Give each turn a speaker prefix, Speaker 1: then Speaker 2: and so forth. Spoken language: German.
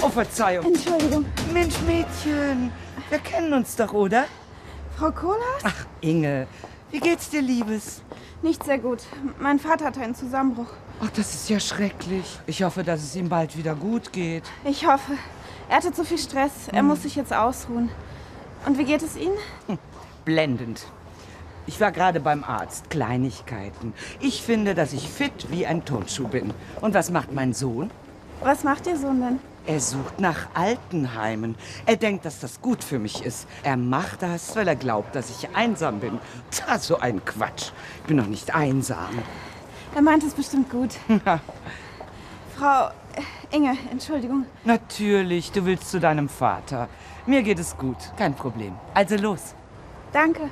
Speaker 1: Oh, Verzeihung.
Speaker 2: Entschuldigung.
Speaker 1: Mensch, Mädchen, wir kennen uns doch, oder?
Speaker 2: Frau Kohlhaas?
Speaker 1: Ach, Inge, wie geht's dir, Liebes?
Speaker 2: Nicht sehr gut. Mein Vater hatte einen Zusammenbruch.
Speaker 1: Ach, das ist ja schrecklich. Ich hoffe, dass es ihm bald wieder gut geht.
Speaker 2: Ich hoffe. Er hatte zu viel Stress. Er muss sich jetzt ausruhen. Und wie geht es Ihnen?
Speaker 1: Blendend. Ich war gerade beim Arzt. Kleinigkeiten. Ich finde, dass ich fit wie ein Turnschuh bin. Und was macht mein Sohn?
Speaker 2: Was macht Ihr Sohn denn?
Speaker 1: Er sucht nach Altenheimen. Er denkt, dass das gut für mich ist. Er macht das, weil er glaubt, dass ich einsam bin. Tja, so ein Quatsch. Ich bin doch nicht einsam.
Speaker 2: Er meint es bestimmt gut. Frau äh, Inge, Entschuldigung.
Speaker 1: Natürlich, du willst zu deinem Vater. Mir geht es gut. Kein Problem. Also los.
Speaker 2: Danke.